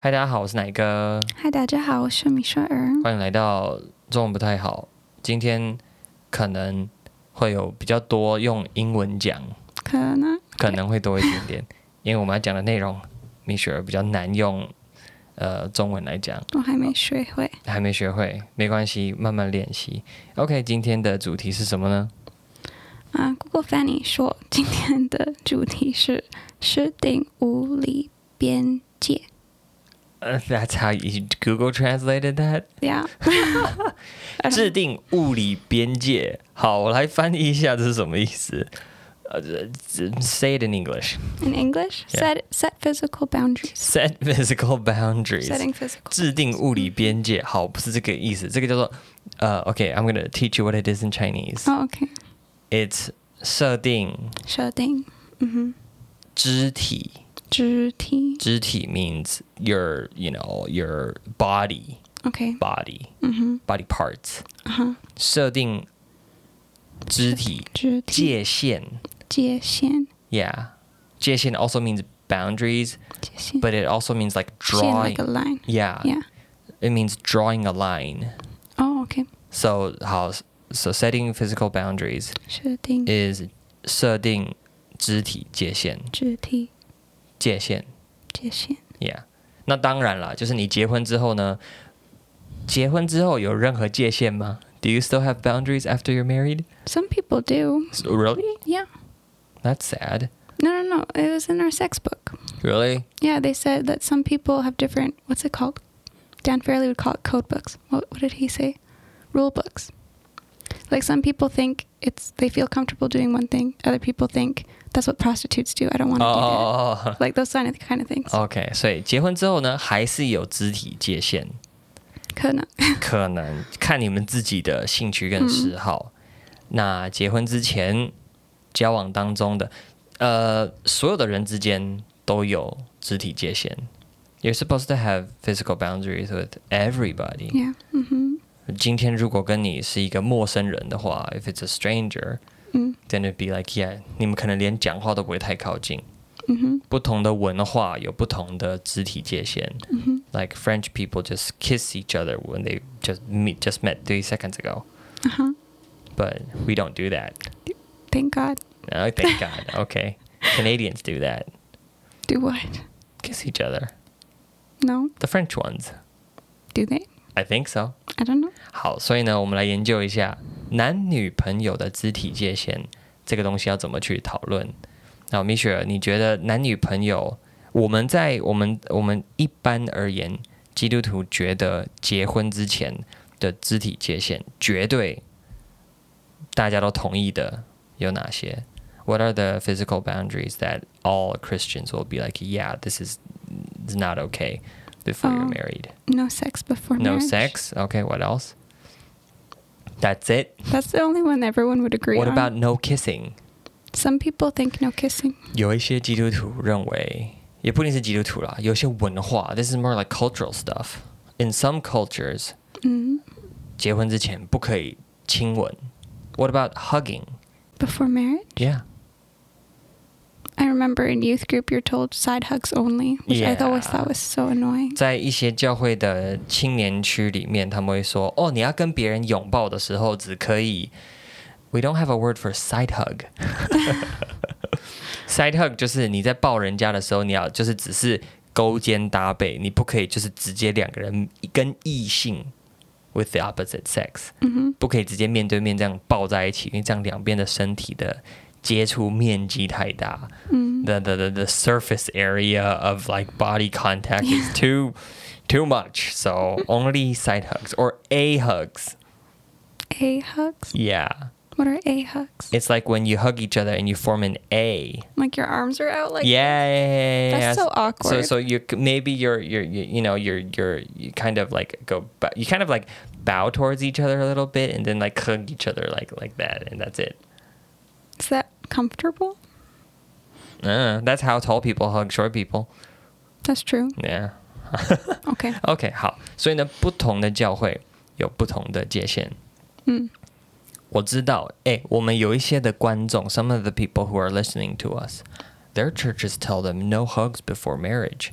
嗨，大家好，我是奶哥，嗨，大家好，我是米雪儿。欢迎来到中文不太好。今天可能会有比较多用英文讲，可能可能会多一点 点，因为我们要讲的内容，米雪儿比较难用呃中文来讲，我还没学会还没学会，没关系，慢慢练习。OK，今天的主题是什么呢？啊。Google Fanny 说，今天的主题是设定无理边界。呃、t h a t s how you Google translated that。呀，制定物理边界。好，我来翻译一下这是什么意思。呃这这，say it in English. in English, Yeah. set set physical boundaries. Set physical boundaries. Setting physical. Mm-hmm. 制定物理边界。好，不是这个意思。这个叫做呃，OK, I'm gonna teach you what it is in Chinese. Oh, okay. It's 设定设定，嗯肢体。哼，肢体。肢体 means your, you know, your body, OK， body, 嗯哼， body parts. 啊哈，设定肢体肢体界限。界限， Yeah. 界限 also means boundaries, 界限 but it also means like 线 drawing. Mm-hmm. like a line. yeah, Yeah. It means drawing a line. Oh, okay. So how so setting physical boundaries 设定 is 设定肢体界限肢体界限界限。 ，Yeah。那当然啦，就是你结婚之后呢，结婚之后有任何界限吗？Do you still have boundaries after you're married? Some people do. So Really? Yeah. That's sad. No, no, no. It was in our sex book. Really? Yeah, they said that some people have different. What's it called? Dan Fairley would call it code books. What, what did he say? Rule books. Like some people think it's they feel comfortable doing one thing. Other people think that's what prostitutes do. I don't want to do Oh. that. Like those kind of kind of things. OK，所以结婚之后呢，还是有肢体界限， Could not. 可能看你们自己的兴趣跟嗜好。那结婚之前，交往当中的，呃，所有的人之间都有肢体界限。You're supposed to have physical boundaries with everybody. Yeah. Mm-hmm. 今天如果跟你是一个陌生人的话，if it's a stranger, 嗯 then it'd be like yeah，你们可能连讲话都不会太靠近。 Mm-hmm. 不同的文化有不同的肢体界限。 Mhm. Like French people just kiss each other when they just meet, just met three seconds ago, Uh huh. but we don't do that. Thank God. Oh, thank God. Okay, Canadians do that. Do what? Kiss each other. No. The French ones, Do they? I think so. I don't know. 好，所以呢，我们来研究一下男女朋友的肢体界限这个东西要怎么去讨论。那米雪儿，你觉得男女朋友，我们在我们我们一般而言，基督徒觉得结婚之前的肢体界限绝对大家都同意的有哪些？What are the physical boundaries that all Christians will be like? Yeah, this is is not okay before you're 哦 married. Oh. No sex before No marriage. sex. Okay, what else? That's it. That's the only one everyone would agree What on. about no kissing? Some people think no kissing. 有一些基督徒认为，也不一定是基督徒啦，有些文化，this is more like cultural stuff. In some cultures， Mm. 结婚之前不可以亲吻。What about hugging? Before marriage? Yeah. I remember in youth group, you're told side hugs only, which I Yeah. always thought was so annoying. 在一些教会的青年区里面，他们会说：“哦，你要跟别人拥抱的时候，只可以。” We don't have a word for side hug. side hug 就是你在抱人家的时候，你要就是只是勾肩搭背，你不可以就是直接两个人跟异性 with the opposite sex，、不可以直接面对面这样抱在一起，因为这样两边的身体的接触面积太大。the the the, the surface area of like body contact is too too much. So only side hugs or a hugs. A hugs? Yeah. What are A hugs? It's like when you hug each other and you form an A. like your arms are out, like yeah. That's so So awkward. so you c- maybe you're you're you, you know you're you're you kind of like go bo- you kind of like bow towards each other a little bit and then like hug each other like like that and that's it. is that comfortable? Uh, that's how tall people hug short people. That's true. Yeah. Okay. OK，好，所以呢，不同的教会有不同的界限。嗯，我知道，哎，我们有一些的观众，some of the people who are listening to us, their churches tell them no hugs before marriage.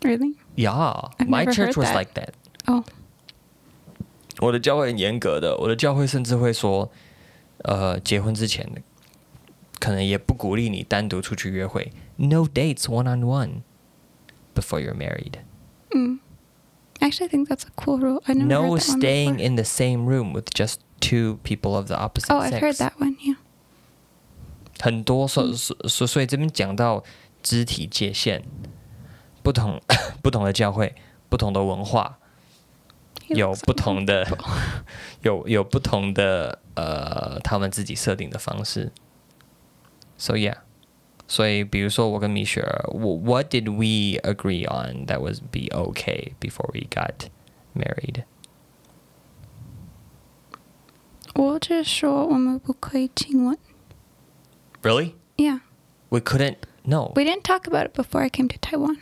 Really? Yeah, I've my never church heard was that. like that. Oh, 我的教会很严格的，我的教会甚至会说，呃，结婚之前可能也不鼓励你单独出去约会，no dates one on one before you're married。 mm. actually, I think that's a cool rule. I never No heard that one staying before. in the same room with just two people of the opposite Oh, sex。 I've heard that Hmm. one. Yeah. 很多，所所所所以这边讲到肢体界限，不同 不同的教会、不同的文化， He 有 looks 不同的 有有不同的呃他们自己设定的方式。So yeah，所以比如说我跟米雪儿我，What did we agree on that was be okay before we got married？我只说我们不可以亲吻。Yeah. Really? We couldn't. No. We didn't talk about it before I came to Taiwan.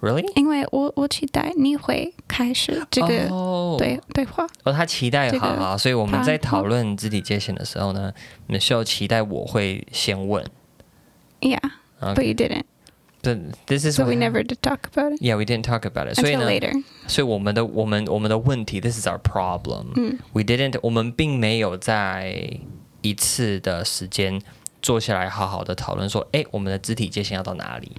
Really? 因为我我期待你会开始这个哦。对、对话。哦，他期待这个好啊，所以我们在他讨论肢体界限的时候呢，你需要期待我会先问。 Yeah, but Okay. you didn't. But this is So what we hap- never did talk about it Yeah, we didn't talk about it. 所以 until 呢， later. 所以我们的我们我们的问题，this is our problem、嗯 We didn't，我们并没有在一次的时间坐下来好好的讨论说，哎，我们的肢体界限要到哪里？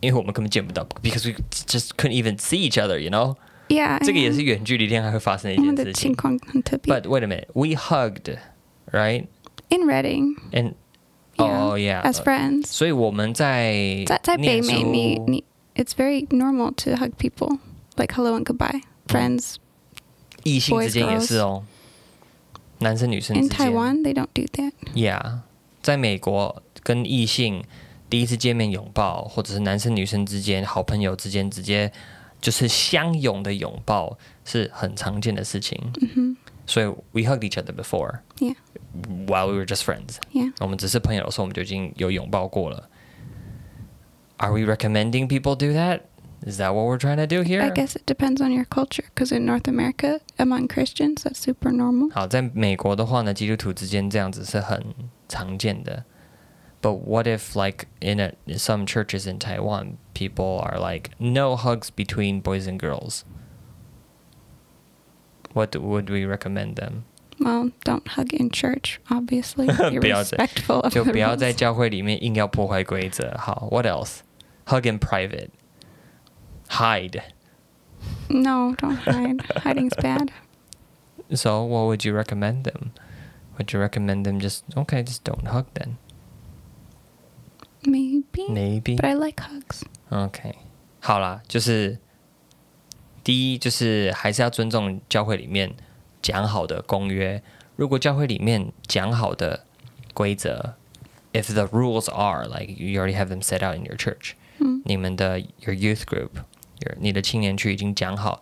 因为我们根本见不到，because we just couldn't even see each other，you know？、 Yeah. 这个也是远距离恋爱会发生的一件事情。哎我们的情况很特别。 But wait a minute, we hugged, right? in Reading, And Yeah, oh yeah, as friends. 所以我们在在-在念北美，书你-你- it's very normal to hug people like hello Mm. and goodbye. Friends 异性之间 boys, 也是哦，男生女生 in 之间 Taiwan, they don't do that. yeah，在美国跟异性第一次见面拥抱，或者是男生女生之间、好朋友之间直接就是相拥的拥抱是很常见的事情。 Mhm. 所以 we hugged each other before Yeah. while we were just friends。 Yeah. 我们只是朋友的时候，我们就已经有拥抱过了。Are we recommending people do that? Is that what we're trying to do here? I guess it depends on your culture because in North America, among Christians, that's super normal. 好，在美国的话呢，基督徒之间这样子是很常见的。But what if, like in a, in some churches in Taiwan, people are like, no hugs between boys and girls. What would we recommend them? Well, don't hug in church, obviously. Be 不要再- respectful of 就 the 不要 rules. 在教会里面硬要破坏规则。好，What else? Hug in private. Hide. No, don't hide. Hiding's bad. So, what would you recommend them? Would you recommend them just okay, just don't hug then? Maybe. Maybe. But I like hugs. OK，好啦，就是第一就是还是要尊重教会里面讲好的公约。如果教会里面讲好的规则，if the rules are like you already have them set out in your church，、嗯你们的 your youth group，your 你的青年区已经讲好，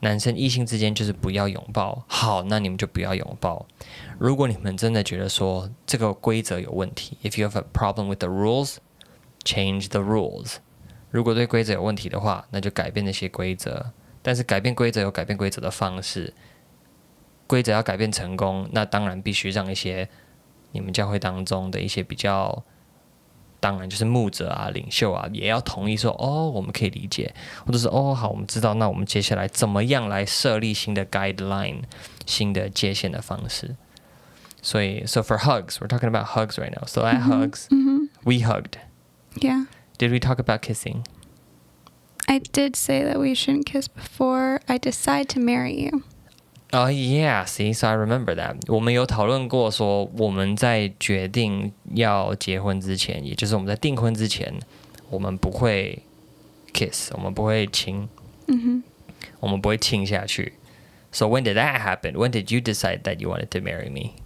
男生异性之间就是不要拥抱。好，那你们就不要拥抱。如果你们真的觉得说这个规则有问题，if you have a problem with the rules。change the rules。如果对规则有问题的话，那就改变那些规则。但是改变规则有改变规则的方式，规则要改变成功，那当然必须让一些你们教会当中的一些比较，当然就是牧者啊、领袖啊，也要同意说哦，我们可以理解，或者是哦，好，我们知道，那我们接下来怎么样来设立新的 guideline、新的界限的方式。所以，so for hugs, we're talking about hugs right now. So I hugs, we hugged. Yeah. Did we talk about kissing? I did say that we shouldn't kiss before I decide to marry you. Oh yeah, see, so I remember that. 我们有讨论过说，我们在决定要结婚之前，也就是我们在订婚之前，我们不会 kiss，我们不会亲， hmm 我们不会亲下去。So when did that happen? When did you decide that you wanted to marry me?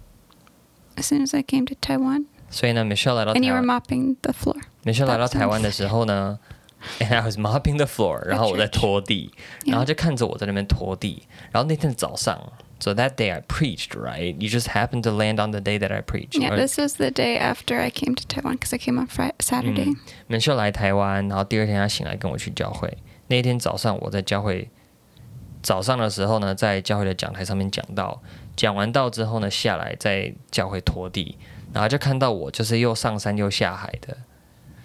As soon as I came to Taiwan, 所以呢，Michelle 来到 and you 台 were 湾 mopping the floor. ，Michelle 来到 That's 台湾的时候呢，and I was mopping the floor，然后 我在 church. 拖地， Yeah. 然后就看着我在那边拖地。然后那天早上，so that day I preached, right? You just happened to land on the day that I preached. Yeah, right? this was the day after I came to Taiwan because I came on Friday, Saturday. 嗯，门秀来台湾，然后第二天他醒来跟我去教会。那一天早上我在教会，早上的时候呢，在教会的讲台上面讲到，讲完道之后呢，下来在教会拖地，然后就看到我就是又上山又下海的，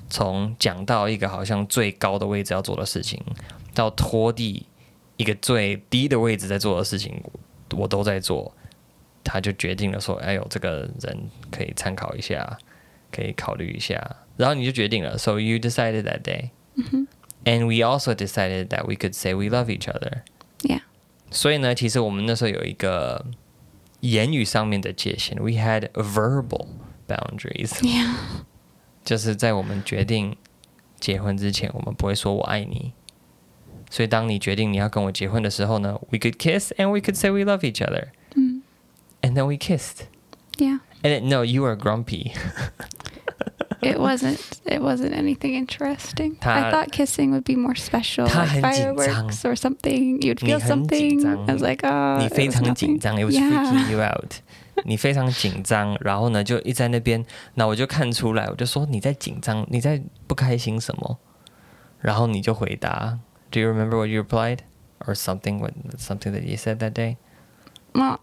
从讲到一个好像最高的位置要做的事情，到拖地一个最低的位置在做的事情，我我都在做。他就决定了说：“哎呦，这个人可以参考一下，可以考虑一下。”然后你就决定了。So you decided that day, Mm-hmm. and we also decided that we could say we love each other. Yeah. 所以呢，其实我们那时候有一个言语上面的界限，we had verbal boundaries， Yeah. 就是在我们决定结婚之前，我们不会说我爱你。所以当你决定你要跟我结婚的时候呢，we could kiss and we could say we love each other, Mm. and then we kissed. Yeah. And it, no, you were grumpy. It wasn't. It wasn't anything interesting. I Ta- thought kissing would be more special, Ta like 很紧张。 fireworks or something. You'd feel 你很紧张。 something. I was like, oh, 你 it 非 was 常 nothing. 紧张，it was freaking you out。你 非常紧张，然后呢，就一直在那边，那我就看出来，我就说你在紧张，你在不开心什么？然后你就回答，Do you remember what you replied or something what something that you said that day？ Well,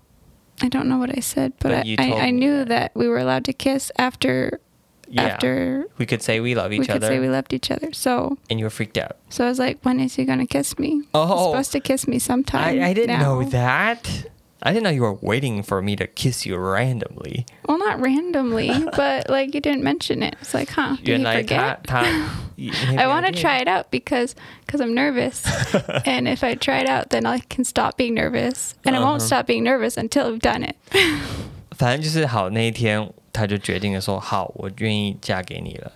I don't know what I said, but, But I, you I, told I me knew that. that. we were allowed to kiss after after we could say we love we each could say we other, loved each other. So and you were freaked out. so I was like, when is he gonna kiss me? Oh. He's supposed to kiss me sometime. I I didn't now. know that. I didn't know you were waiting for me to kiss you randomly. Well, not randomly, but like you didn't mention it. It's like, huh? Did 原 he 来他 forget? 他 I want to try it out because because I'm nervous, and if I try it out, then I can stop being nervous, and I won't Uh-huh. stop being nervous until I've done it. 反正就是好那一天，他就决定了说好，我愿意嫁给你了。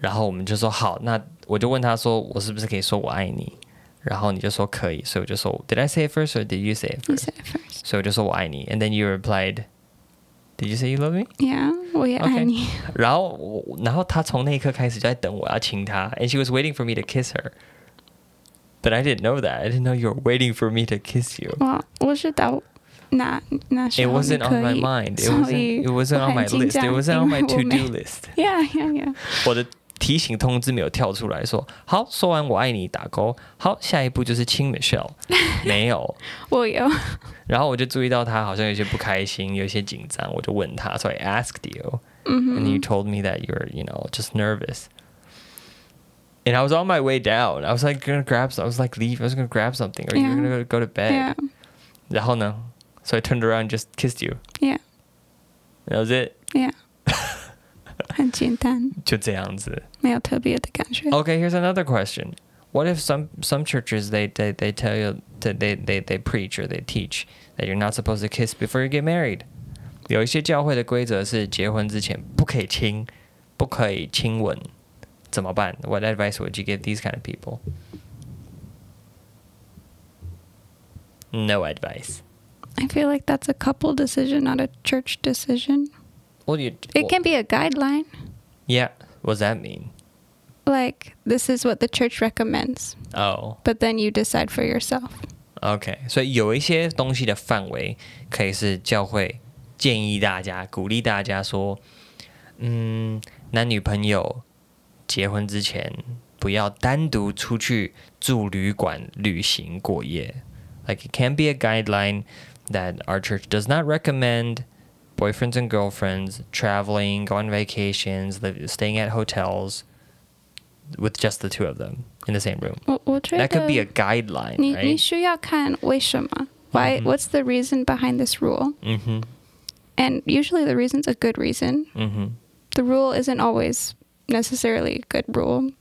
然后我们就说好，那我就问他说，我是不是可以说我爱你？然后你就说可以，所以我就说，Did I say it first or did you say it You first？ said it first. 所以我就说我爱你，and then you replied。Did you say you love me？ Yeah. Well, Oh, yeah. I Okay. need. 然后我，然后他从那一刻开始就在等我要亲他，and she was waiting for me to kiss her。But I didn't know that. I didn't know you were waiting for me to kiss you. Well, 我知道，那那时 It wasn't on my mind. It wasn't. It wasn't on my list. It wasn't on my to do list. Yeah, yeah, yeah. 我的提醒通知没有跳出来说，好，说完我爱你打勾，好，下一步就是亲 Michelle，没有。我有。然后我就注意到他好像有些不开心，有些紧张，我就问他，so I asked you, and Mm-hmm. you told me that you're, you know, just nervous. And I was on my way down. I was like gonna grab. some- I was like leave. I was gonna grab something, or you're Yeah. gonna go to bed. Yeah, 然后呢，so I turned around, and just kissed you. yeah, And that was it. yeah. 就这样子。 很简单，没有特别的感觉。 Okay, here's another question. What if some some churches they they, they tell you that they, they they preach or they teach that you're not supposed to kiss before you get married？有一些教会的规则是结婚之前不可以亲，不可以亲吻，怎么办？What advice would you give these kind of people? No advice. I feel like that's a couple decision, not a church decision. Well, you It can be a guideline, Yeah. What does that mean? like this is what the church recommends, Oh. but then you decide for yourself. OK，所以有一些东西的范围可以是教会建议大家、鼓励大家说，嗯，男女朋友结婚之前不要单独出去住旅馆旅行过夜。Like it can be a guideline that our church does not recommend boyfriends and girlfriends traveling, go on vacations, live, staying at hotels with just the two of them in the same room. 我我觉得 That could be a guideline, 你 right? 你需要看为什么，why what's the reason behind this rule？ Mm-hmm. And usually the reason's a good reason. Mm-hmm. The rule isn't always necessarily a good rule.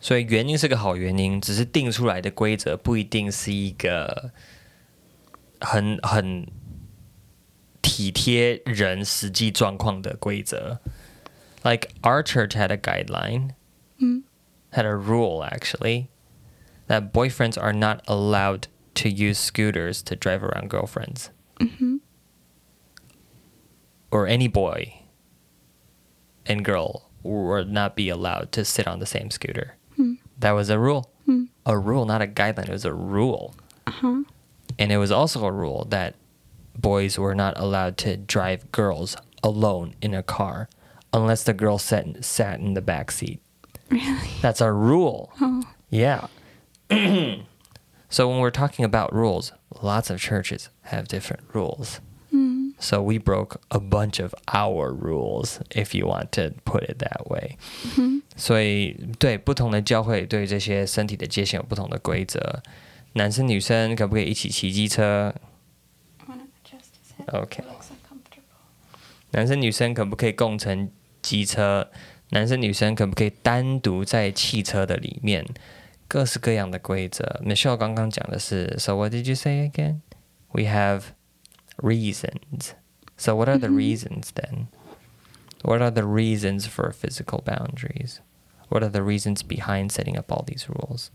所以原因是个好原因，只是定出来的规则不一定是一个很很体贴人实际状况的规则。Like our church had a guideline, had a rule actually that boyfriends are not allowed to use scooters to drive around girlfriends or any boy and girl would not be allowed to sit on the same scooter. That was a rule. Hmm. A rule, not a guideline. It was a rule. Uh-huh. And it was also a rule that boys were not allowed to drive girls alone in a car unless the girl sat, sat in the back seat. Really? That's a rule. Oh. Yeah. so when we're talking about rules, lots of churches have different rules. Mm. So we broke a bunch of our rules, if you want to put it that way. 所以对不同的教会对这些身体的界限有不同的规则。男生女生可不可以一起骑机车？ I want to adjust his head. Okay. It looks uncomfortable. 男生女生可不可以共乘机车？男生女生可不可以单独在汽车的里面？各式各样的规则。Michelle 刚刚讲的是，So what did you say again? We have reasons. So what are the reasons then? What are the reasons for physical boundaries? What are the reasons behind setting up all these rules?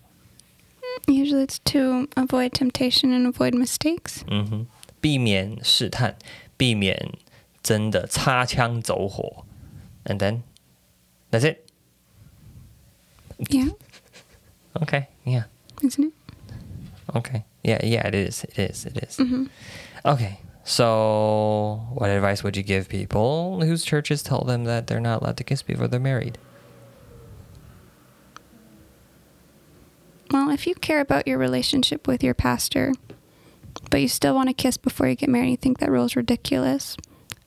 Usually it's to avoid temptation and avoid mistakes. 嗯哼，避免试探，避免真的擦枪走火。And then that's it. Yeah, Okay, yeah. isn't it? Okay. Yeah, yeah, it is. It is. It is. Mm-hmm. Okay. So, what advice would you give people whose churches tell them that they're not allowed to kiss before they're married? Well, if you care about your relationship with your pastor, but you still want to kiss before you get married and you think that rule is ridiculous,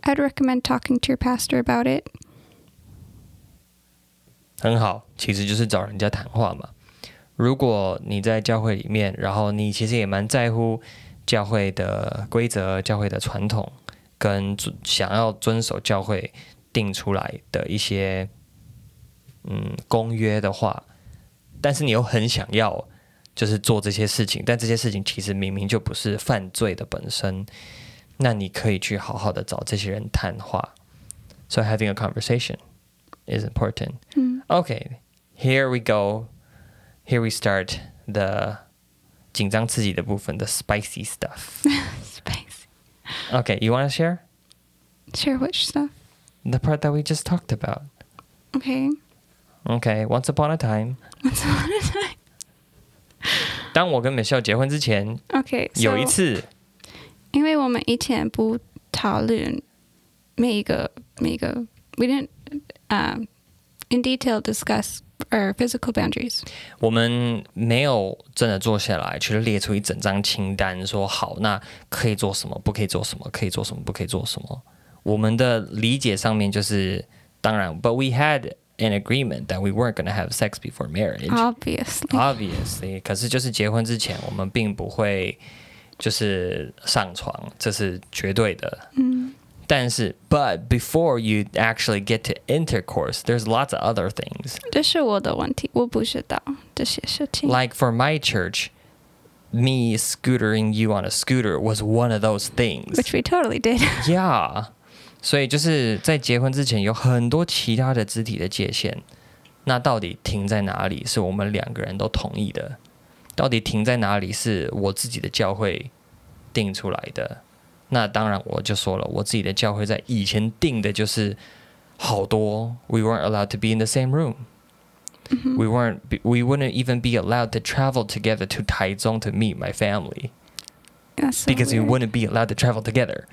I'd recommend talking to your pastor about it. 很好，其实就是找人家谈话嘛。如果你在教会里面，然后你其实也蛮在乎教会的规则、教会的传统，跟遵想要遵守教会定出来的一些嗯公约的话，但是你又很想要就是做这些事情，但这些事情其实明明就不是犯罪的本身，那你可以去好好的找这些人谈话。So having a conversation is important. Hmm. Okay, here we go. Here we start the 紧张刺激的部分, the spicy stuff. Spicy. okay, you want to share Share which stuff? the part that we just talked about? Okay. Okay, once upon a time. Once upon a time. 当我跟 Michelle 结婚之前 Okay. So, 有一次因为我们以前不讨论每一个-每一个- we didn't um, in detail discuss our physical boundaries. 我们没有真的坐下来去列出一整张清单，说好，那可以做什么，不可以做什么，可以做什么，不可以做什么。我们的理解上面就是，当然，but we had an agreement that we weren't going to have sex before marriage. Oh. Obviously. Obviously，可是就是结婚之前，我们并不会就是上床，这是绝对的。嗯。但是，but before you actually get to intercourse, there's lots of other things. 这是我的问题，我不知道这些事情。 Like for my church, me scootering you on a scooter was one of those things. which we totally did. Yeah，所以就是在结婚之前有很多其他的肢体的界限，那到底停在哪里是我们两个人都同意的？到底停在哪里是我自己的教会定出来的？那当然，我就说了，我自己的教会在以前定的就是好多，we weren't allowed to be in the same room。We Mm-hmm. weren't, we wouldn't even be allowed to travel together to Taichung to meet my family That's so Mm-hmm. because we weird. wouldn't be allowed to travel together,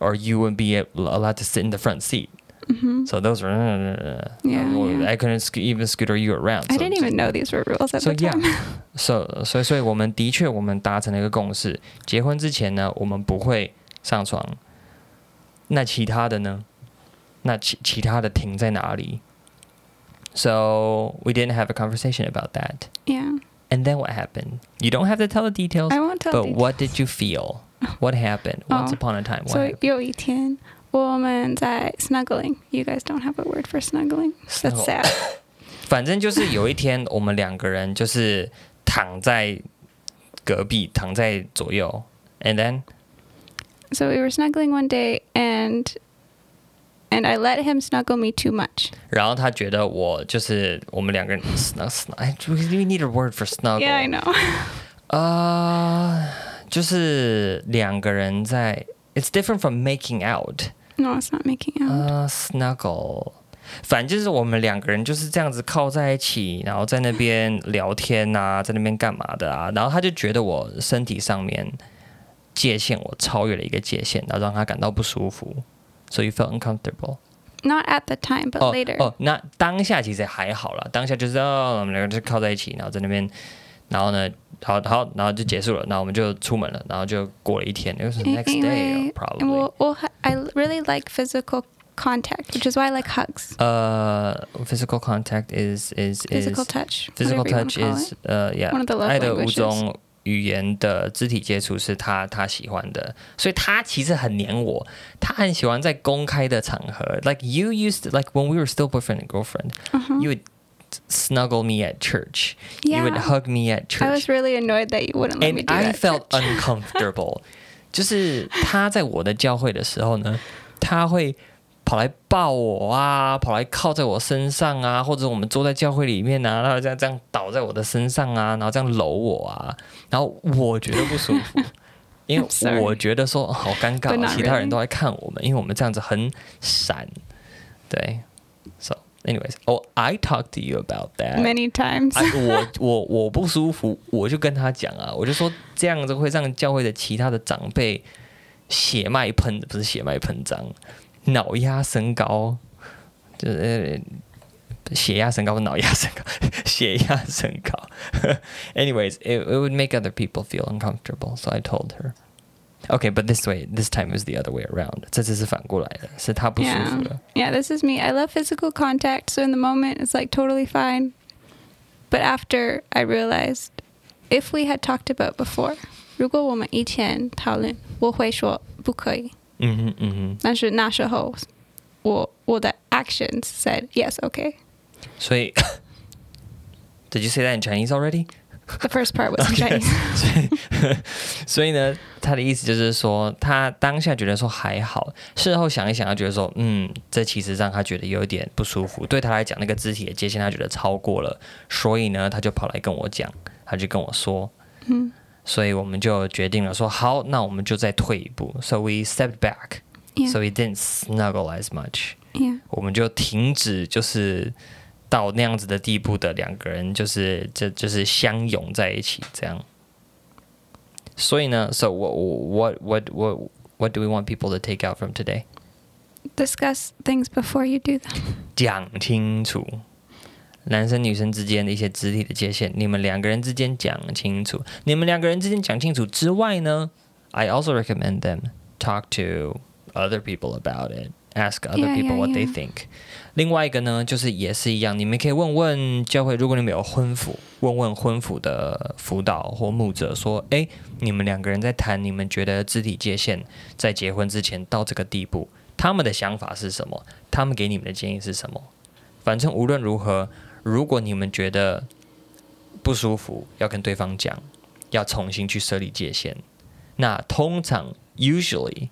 or you wouldn't be ab- allowed to sit in the front seat. Mm-hmm. So those were, uh, Yeah, well, uh, yeah. I couldn't sc- even scooter you around. I so- didn't even know these were rules at So the time. yeah, so 所以所以我们的确我们达成了一个共识，结婚之前呢，我们不会上床。那其他的呢？那其其他的停在哪里？So we didn't have a conversation about that. Yeah. And then what happened? You don't have to tell the details. I won't tell But details. what did you feel? What happened? Once Oh. upon a time, what So happened? 有一天我们在 snuggling. You guys don't have a word for snuggling. Snuggle. That's sad. 反正就是有一天， 我们两个人就是躺在隔壁，躺在左右，and then So we were snuggling one day and and I let him snuggle me too much. 然后他觉得我就是我们两个人 snug snug，哎，do we need a word for snuggle。 Yeah, I know. 啊就是两个人在，it's different from making out。 No, it's not making out. 啊、s n u g g l e 反正就是我们两个人就是这样子靠在一起，然后在那边聊天啊，在那边干嘛的啊，然后他就觉得我身体上面界限我超越了一个界限，然后让他感到不舒服。So you felt uncomfortable. not at the time, but 哦 later. 哦，那当下其实还好啦，当下就是哦，我们两个就靠在一起，然后在那边然后呢，好好，然后就结束了，然后我们就出门了，然后就过了一天，it was the next 因 day or 为 probably 因为我我很 I really like physical contact, which is why I like hugs. Uh, physical contact is is Physical is touch. physical whatever you wanna touch call is it. 呃、yeah， One of the love 爱的五 languages 种语言的肢体接触是他他喜欢的，所以他其实很黏我，他很喜欢在公开的场合，like you used to- like when we were still boyfriend and girlfriend，、you Uh-huh. would snuggle me at church, you would Yeah. hug me at I church, was really annoyed that you wouldn't let me and do I that. felt uncomfortable 。 就是他在我的教会的时候呢，他会跑来抱我啊，跑来靠在我身上啊，或者我们坐在教会里面啊，然后这样这样倒在我的身上啊，然后这样搂我啊，然后我觉得不舒 服。因 I'm sorry. 为我觉得说哦好尴尬啊、But not 其他人 really. 都在看我们，因为我们这样子很闪，对。So, anyways, oh, I talked to you about that. many times. 哎，我我我不舒服，我就跟他讲啊，我就说这样子会让教会的其他的长辈血脉喷，不是血脉喷张，脑压升高，就是呃血压升高，脑压升高， 血压升高。Anyways, it, it would make other people feel uncomfortable, so I told her. Okay, but this way, this time is the other way around. 这次是反过来的，是他不舒服 yeah. 了。 yeah, this is me. I love physical contact, so in the moment it's like totally fine. But after I realized if we had talked about before, 如果我们以前讨论，我会说不可以。但是那时候我我嗯哼嗯哼。的 actions said yes, okay. So, did you say that in Chinese already? The first part was in Chinese. 所以呢，他的意思就是说，他当下觉得说还好，事后想一想，他觉得说，嗯，这其实让他觉得有一点不舒服，对他来讲，那个肢体的界限他觉得超过了，所以呢，他就跑来跟我讲，他就跟我说，嗯所以我们就决定了说，好，那我们就再退一步，so we stepped back, Yeah. so we didn't snuggle as much. Yeah. 我们就停止，就是到那样子的地步的两个人，就是这就是相拥在一起这样。所以呢，so what what what what what do we want people to take out from today？ Discuss things before you do them. 讲清楚，男生女生之间的一些肢体的界限，你们两个人之间讲清楚。你们两个人之间讲清楚之外呢，I also recommend them talk to other people about it. Ask other Yeah, people yeah, what they yeah. think. 另外一个呢，就是也是一样，你们可以问问教会，如果你们有婚辅，问问婚辅的辅导或牧者说，哎，你们两个人在谈，你们觉得肢体界限在结婚之前到这个地步，他们的想法是什么？他们给你们的建议是什么？反正无论如何，如果你们觉得不舒服，要跟对方讲，要重新去设立界限。那通常 usually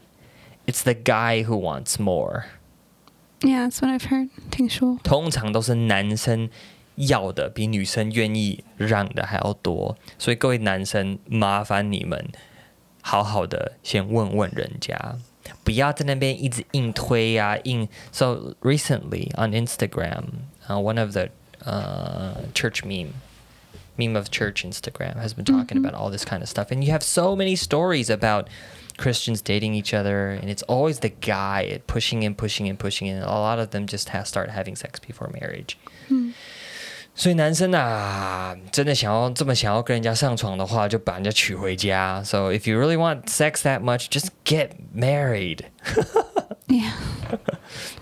it's the guy who wants more， Yeah, that's what I've heard. 听说。通常都是男生要的比女生愿意让的还要多。所以各位男生，麻烦你们好好的先问问人家。不要在那边一直硬推呀、硬。So recently on Instagram, uh, one of the uh, church meme, meme of church Instagram has been talking about all this kind of stuff, and you have so many stories about Christians dating each other, and it's always the guy pushing and pushing and pushing, and a lot of them just ha start having sex before marriage. 所以男生啊，真的想要这么想要跟人家上床的话，就把人家娶回家。So if you really want sex that much, just get married. Yeah.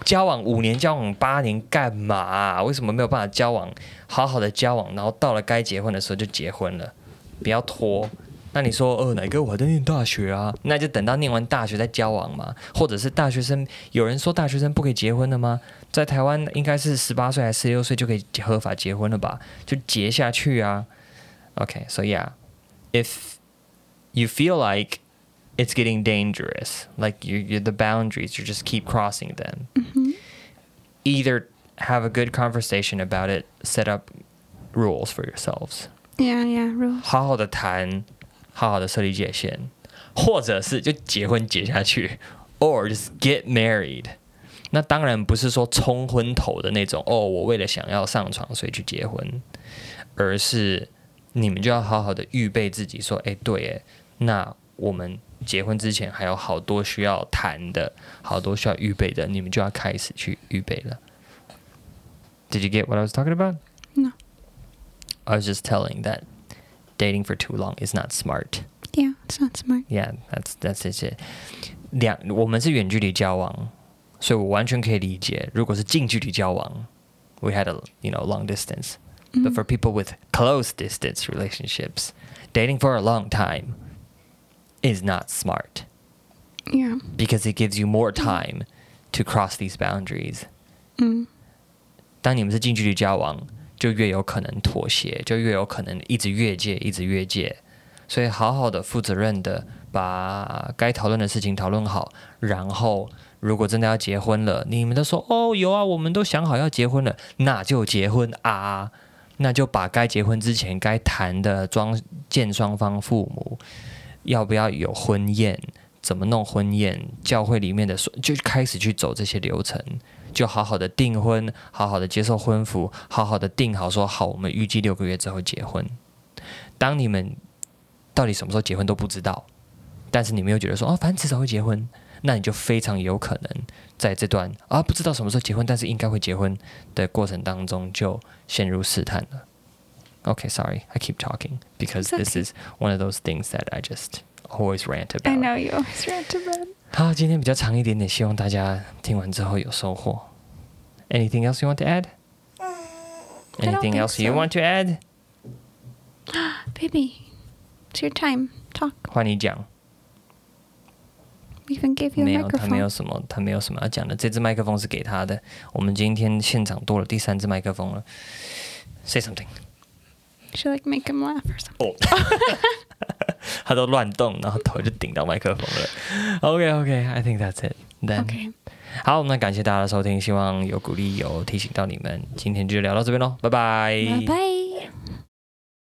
交往五年，交往八年干嘛啊、为什么没有办法交往好好的交往，然后到了该结婚的时候就结婚了？不要拖。那你说，呃，哪个我还在念大学啊？那就等到念完大学再交往嘛，或者是大学生？有人说大学生不可以结婚的吗？在台湾应该是十八岁还是十六岁就可以合法结婚了吧？就结下去啊。Okay, so yeah, if you feel like it's getting dangerous, like you you're the boundaries, you just keep crossing them. Either have a good conversation about it, set up rules for yourselves. Yeah, yeah, rules. 好好的谈，好好的设立界限，或者是就结婚结下去，or just get married。那当然不是说冲昏头的那种哦，我为了想要上床所以去结婚，而是你们就要好好的预备自己，说，哎，对，哎，那我们结婚之前还有好多需要谈的，好多需要预备的，你们就要开始去预备了。Did you get what I was talking about? No. I was just telling that dating for too long is not smart. Yeah, it's not smart. Yeah, that's that's it. 两我们是远距离交往，所以我完全可以理解。如果是近距离交往，we had a you know long distance. But for people with close distance relationships, dating for a long time is not smart Yeah. because it gives you more time to cross these boundaries. 嗯当你们是近距离交往，就越有可能妥协，就越有可能一直越界，一直越界。所以，好好的、负责任的把该讨论的事情讨论好，然后如果真的要结婚了，你们都说哦，有啊，我们都想好要结婚了，那就结婚啊，那就把该结婚之前该谈的装见双方父母，要不要有婚宴，怎么弄婚宴，教会里面的说就开始去走这些流程。就好好的订婚，好好的接受婚服，好好的定好说好，我们预计六个月之后结婚。当你们到底什么时候结婚都不知道，但是你们又觉得说哦，反正迟早会结婚，那你就非常有可能在这段啊不知道什么时候结婚，但是应该会结婚的过程当中就陷入试探了。Okay, sorry, I keep talking because It's this okay. is one of those things that I just always rant about. I know you always rant about it. 好，今天比较长一点点，希望大家听完之后有收获。Anything else you want to add? I don't Anything think else you so. want to add? Baby, it's your time. Talk. 换你讲。 We even gave you 没 a 有，他没有 microphone. 什么，他没有什么要讲的。这支麦克风是给他的。我们今天现场多了第三支麦克风了。Say something. Should like make him laugh or something. 哦，他都乱动，然后头就顶到麦克风 了。OK OK, I think that's it. Then Okay. 好，那感谢大家的收听，希望有鼓励，有提醒到你们。今天就聊到这边喽，拜拜。 Bye bye.